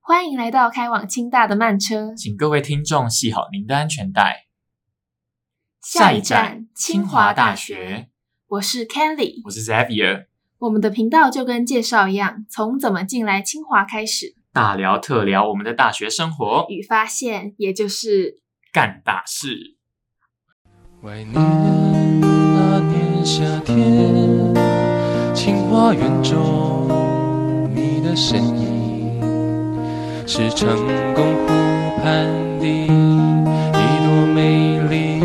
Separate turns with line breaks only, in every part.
欢迎来到开往清大的慢车，
请各位听众系好您的安全带。
下一站清华大学。我是 Kelly，
我是 Xavier，
我们的频道就跟介绍一样，从怎么进来清华开始，
大聊特聊我们的大学生活，
与发现，也就是
干大事。
怀念那年夏天，清花园中你的身影，是成功湖畔的一朵美丽。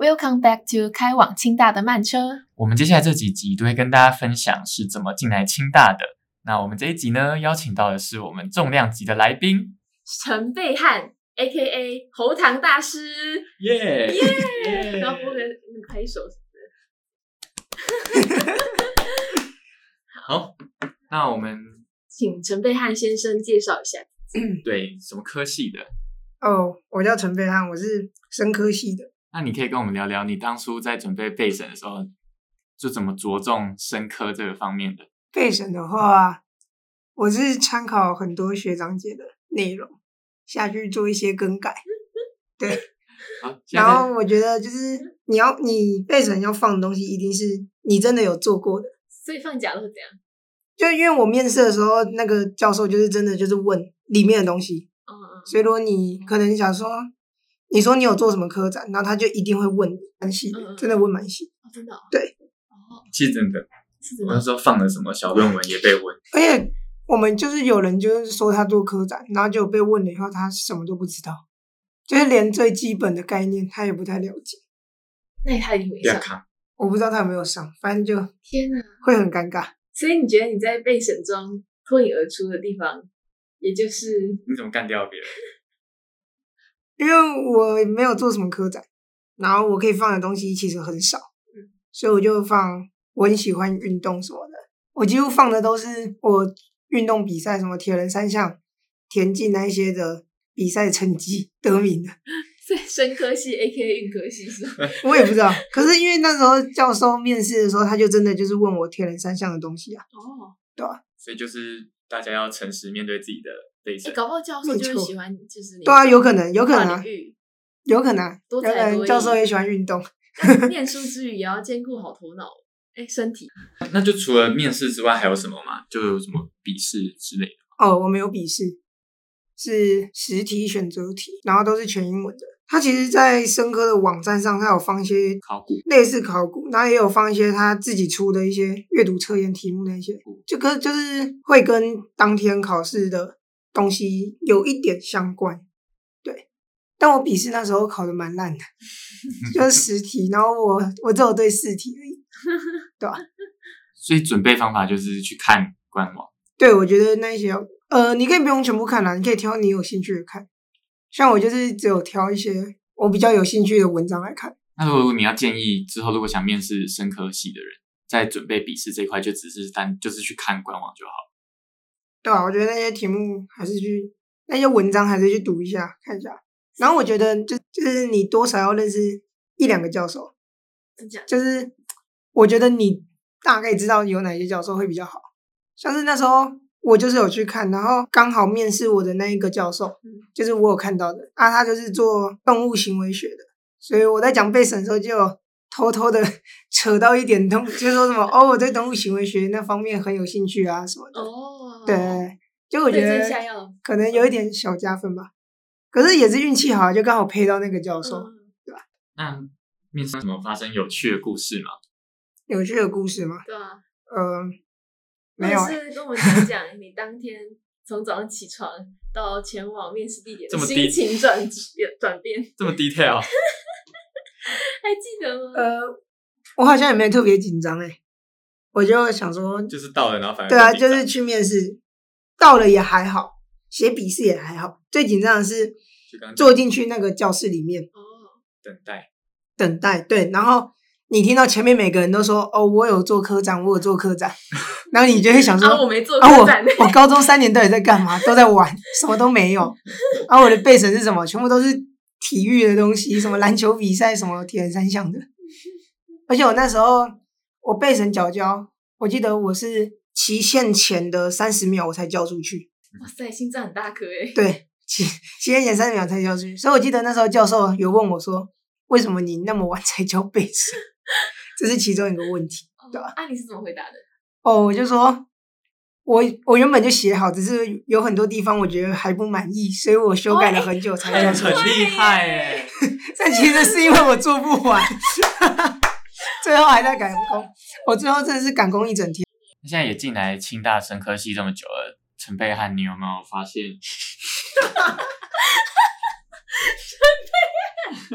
Welcome back to 开往清大的慢车。
我们接下来这几集都会跟大家分享是怎么进来清大的。那我们这一集呢，邀请到的是我们重量级的来宾，
陈贝汉 A K A 喉糖大 师，
耶、
耶！然后播个那个拍手，
好，那我们
请陈贝汉先生介绍一下。
对什么科系的？
哦，我叫陈飞汉，我是生科系的。
那你可以跟我们聊聊你当初在准备备审的时候，就怎么着重生科这个方面的。
备审的话，我是参考很多学长姐的内容下去做一些更改。对，
好，现
然
在
后我觉得就是你要你备审要放的东西，一定是你真的有做过的。
所以放假都是这样
就因为我面试的时候，那个教授就是真的就是问里面的东西，
嗯，
所以如果你可能想说，你说你有做什么科展，然后他就一定会问你，蛮细的
嗯嗯嗯，
真的问蛮细的。
哦，真的、哦，
对，
哦，
其实真的，
是真
我
的
那时候放了什么小论文也被问，
而且我们就是有人就是说他做科展，然后就被问了以后，他什么都不知道，就是连最基本的概念他也不太了解。
那他一定会
不要
上。
看。
我不知道他有没有上，反正就
天哪！
会很尴尬。
所以你觉得你在备审中脱颖而出的地方，也就是
你怎么干掉别人？
因为我没有做什么科展，然后我可以放的东西其实很少，所以我就放我很喜欢运动什么的，我几乎放的都是我运动比赛，什么铁人三项、田径那一些的比赛成绩得名的。
在生科系 A K A 运科系是吗？
我也不知道，可是因为那时候教授面试的时候，他就真的就是问我铁人三项的东西啊，
哦，
所以就是大家要诚实面对自己的备
哎、
审。
搞不好教授就
没
会
错
喜欢，就是你
对啊有可能有可能啊
跨领域
有可能啊，
多
有
才
可
多艺
能教授也喜欢运动，啊
念书之余也要兼顾好头脑，哎、身体。
那就除了面试之外，还有什么吗？就有什么笔试之类的？
哦，我没有笔试，是实题选择题，然后都是全英文的。他其实，在生科的网站上，他有放一些
考古
类似考古，然后也有放一些他自己出的一些阅读测验题目那些，就跟就是会跟当天考试的东西有一点相关。对，但我笔试那时候考的蛮烂的，就是十题，然后我我只有对四题而已。
所以准备方法就是去看官网。
对，我觉得那些呃，你可以不用全部看啦，你可以挑你有兴趣的看。像我就是只有挑一些我比较有兴趣的文章来看。
那如果你要建议之后，如果想面试生科系的人，在准备笔试这一块，就只是单就是去看官网就好。
对啊，我觉得那些题目还是去那些文章还是去读一下看一下。然后我觉得就就是你多少要认识一两个教授，
真假的？
就是我觉得你大概知道有哪些教授会比较好。像是那时候我就是有去看，然后刚好面试我的那一个教授
嗯，
就是我有看到的啊，他就是做动物行为学的，所以我在讲备审的时候就有偷偷的 扯到一点动，就说什么哦，我对动物行为学那方面很有兴趣啊什么的。
哦，
对，就我觉
对
得
症下药
可能有一点小加分吧，可是也是运气好，就刚好配到那个教授。
嗯，
那面试怎么发生有趣的故事吗？
有趣的故事吗？
对啊，
嗯、没有、
或
欸
者。是跟我们讲讲你当天从早上起床到前往面试地点
这
的
么低
心情转转变，
这么 detail，
还记得吗？
呃，我好像也没特别紧张哎，我就想说，
就是到了，然后反而
对啊，
更紧
就
张
是去面试，到了也还好，写笔试也还好，最紧张的
嗯
是
就刚刚
坐进去那个教室里面
哦，
等待，
等待，对，然后你听到前面每个人都说哦，我有做科长，我有做科长， 然后你就会想说，
啊，我没做
啊，
过
我
站，
我高中三年到底在干嘛？都在玩，什么都没有。啊，我的备审是什么？全部都是体育的东西，什么篮球比赛，什么铁人三项的。而且我那时候我备审脚交，我记得我是期限前的三十秒我才交出去。
哇塞，心脏很大颗欸诶。
对，期期限前三十秒才交出去。所以我记得那时候教授有问我说，为什么你那么晚才交备审？ 这是其中一个问题。对啊
啊，你是怎么回答的？
哦，我就说，我我原本就写好，只是有很多地方我觉得还不满意，所以我修改了很久才
哎
交出
很
去。
厉害哎！
但其实是因为我做不完， 最后还在赶工。我最后真的是赶工一整天。
现在也进来清大生科系这么久了，陈贝汉，你有没有发现？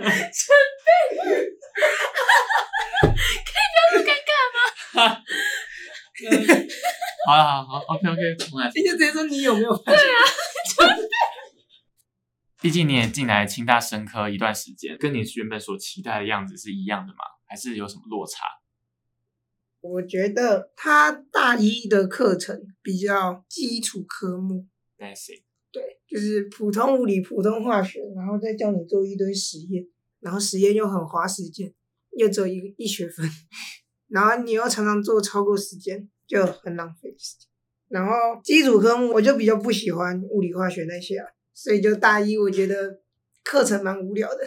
陈贝汉，陈贝，可以不要这么尴尬吗？好了好好，OK OK，重来。
你就直接说你有没有发现？
毕竟你也进来清大生科一段时间，跟你原本所期待的样子是一样的吗？还是有什么落差？
我觉得他大一的课程比较基础科目，
那谁？
就是普通物理、普通化学，然后再叫你做一堆实验，然后实验又很花时间，又只有一个一学分，然后你又常常做超过时间，就很浪费时间。然后基础科目我就比较不喜欢物理、化学那些啊，所以就大一我觉得课程蛮无聊的。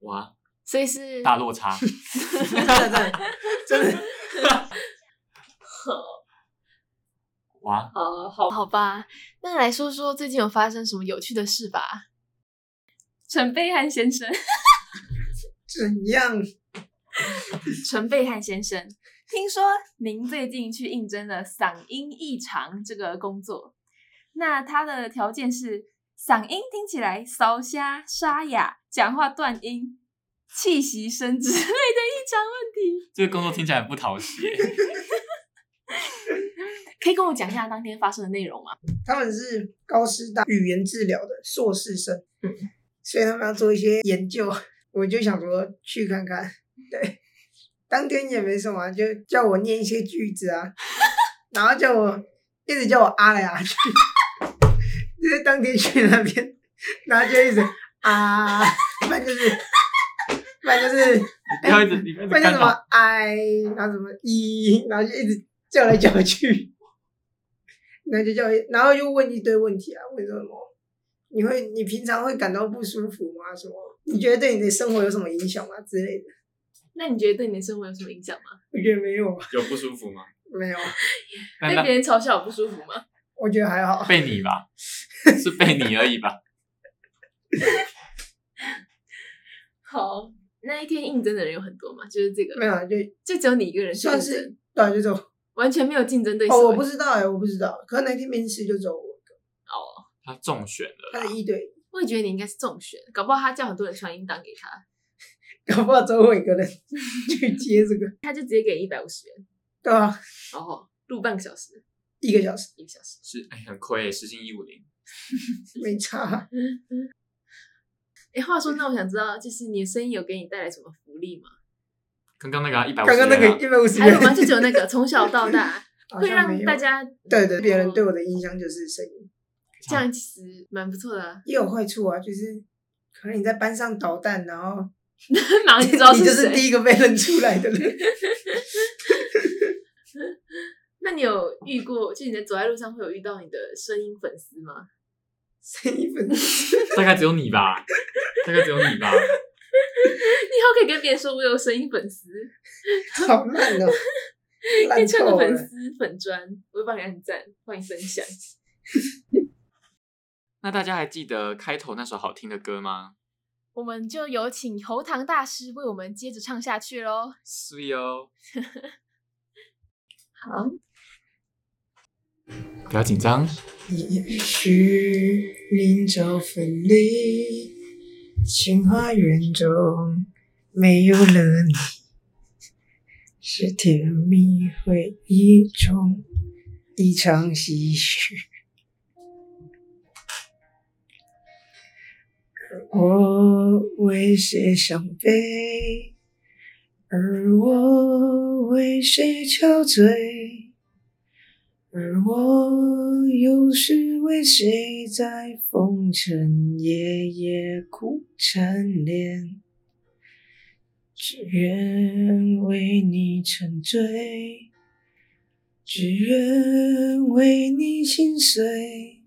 哇，
所以是
大落差。
真的真的真的，
哇，
哦，好好吧。那来说说最近有发生什么有趣的事吧。陈贝汉先 生，
怎样？
陈贝汉先生，听说您最近去应征了嗓音异常这个工作，那他的条件是嗓音听起来烧瞎、沙哑、讲话断音、气息声 之类的异常问题，
这个工作听起来很不讨 喜耶。
可以跟我讲一下当天发生的内容吗？
他们是高师大语言治疗的硕士生，所以他们要做一些研究，我就想说去看看。对，当天也没什么啊，就叫我念一些句子啊，然后叫我一直叫我啊来啊去，就是当天去那边，然后就一直啊，不然就是，不然就是。
不要一直，你不要一
会
直
叫
看
什么
到。
I，然后什么 E，然后就一直叫来叫去，然后就叫，然后又问一堆问题啊，问什么？你会你平常会感到不舒服吗？什么？你觉得对你的生活有什么影响吗？之类的？
那你觉得对你的生活有什么影响吗？
我觉得没有，啊，
有不舒服吗？
没有啊，
那那
人嘲笑我不舒服吗？
我觉得还好。
被你 吧，是被你而已吧。
好，那一天应征的人有很多吗？就是这个
没有啊，就
就只有你一个人去应
算
征，
是对啊，就走。
完全没有竞争对手、
哦，我
欸
不知道哎、我不知道。可能那天面试就走我，
他中选了，
他的一对一，
我也觉得你应该是中选，搞不好他叫很多人传音档给他，
搞不好只有我一个人去接这个，
他就直接给一百五十元，
对吧、啊？
然后录半个小时，
一个小时
一个小时。
是哎很亏耶，失信一五零。
没差。啊
哎，话说，那我想知道，就是你的声音有给你带来什么福利 吗？
刚刚那个一百五十，啊
刚刚那个一百五十
还
元
有，吗？就只有那个从小到大
好
会
像
让
没有
大家
对对，别人对
哦
我的印象就是声音，
这样，其实蛮不错
，
的、啊
也有坏处啊，就是可能你在班上捣蛋，然后
马上就知道
你
是
就是
谁。
第一个被认出来的人。
那你有遇过，就你在走在路上会有遇到你的声音粉丝吗？
声音粉丝，
大概只有你吧，大概只有你 吧。
你以后可以跟别人说我有声音粉丝，
好 烂哦、
可以
烂
创个
透
粉
了。
丝粉砖，我会帮你按赞，帮你分享。
那大家还记得开头那首好听的歌吗？
我们就有请喉糖大师为我们接着唱下去喽。
是哦，
好，
不要紧 张。
也许临走分离，情花园中没有了你，是甜蜜回忆中一场唏嘘。我为谁伤悲？而我为谁憔悴？而我又是为谁在风尘夜夜苦缠绵？只愿为你沉醉，只愿为你心碎，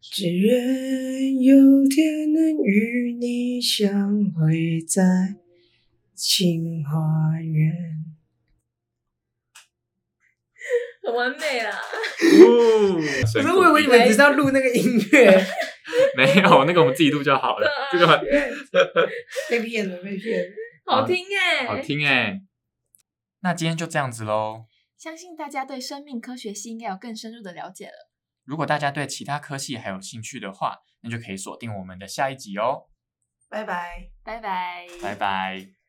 只愿有天能与你相会在清华园。
很完美啊！
可
可是我以为你们只是要录那个音乐，
没有那个我们自己录就好了，这个很
被骗了，被骗了。
好
好听哎、
好听哎、那今天就这样子喽。
相信大家对生命科学系应该有更深入的了解了。
如果大家对其他科系还有兴趣的话，那就可以锁定我们的下一集哦。
拜拜。
拜拜，
拜拜。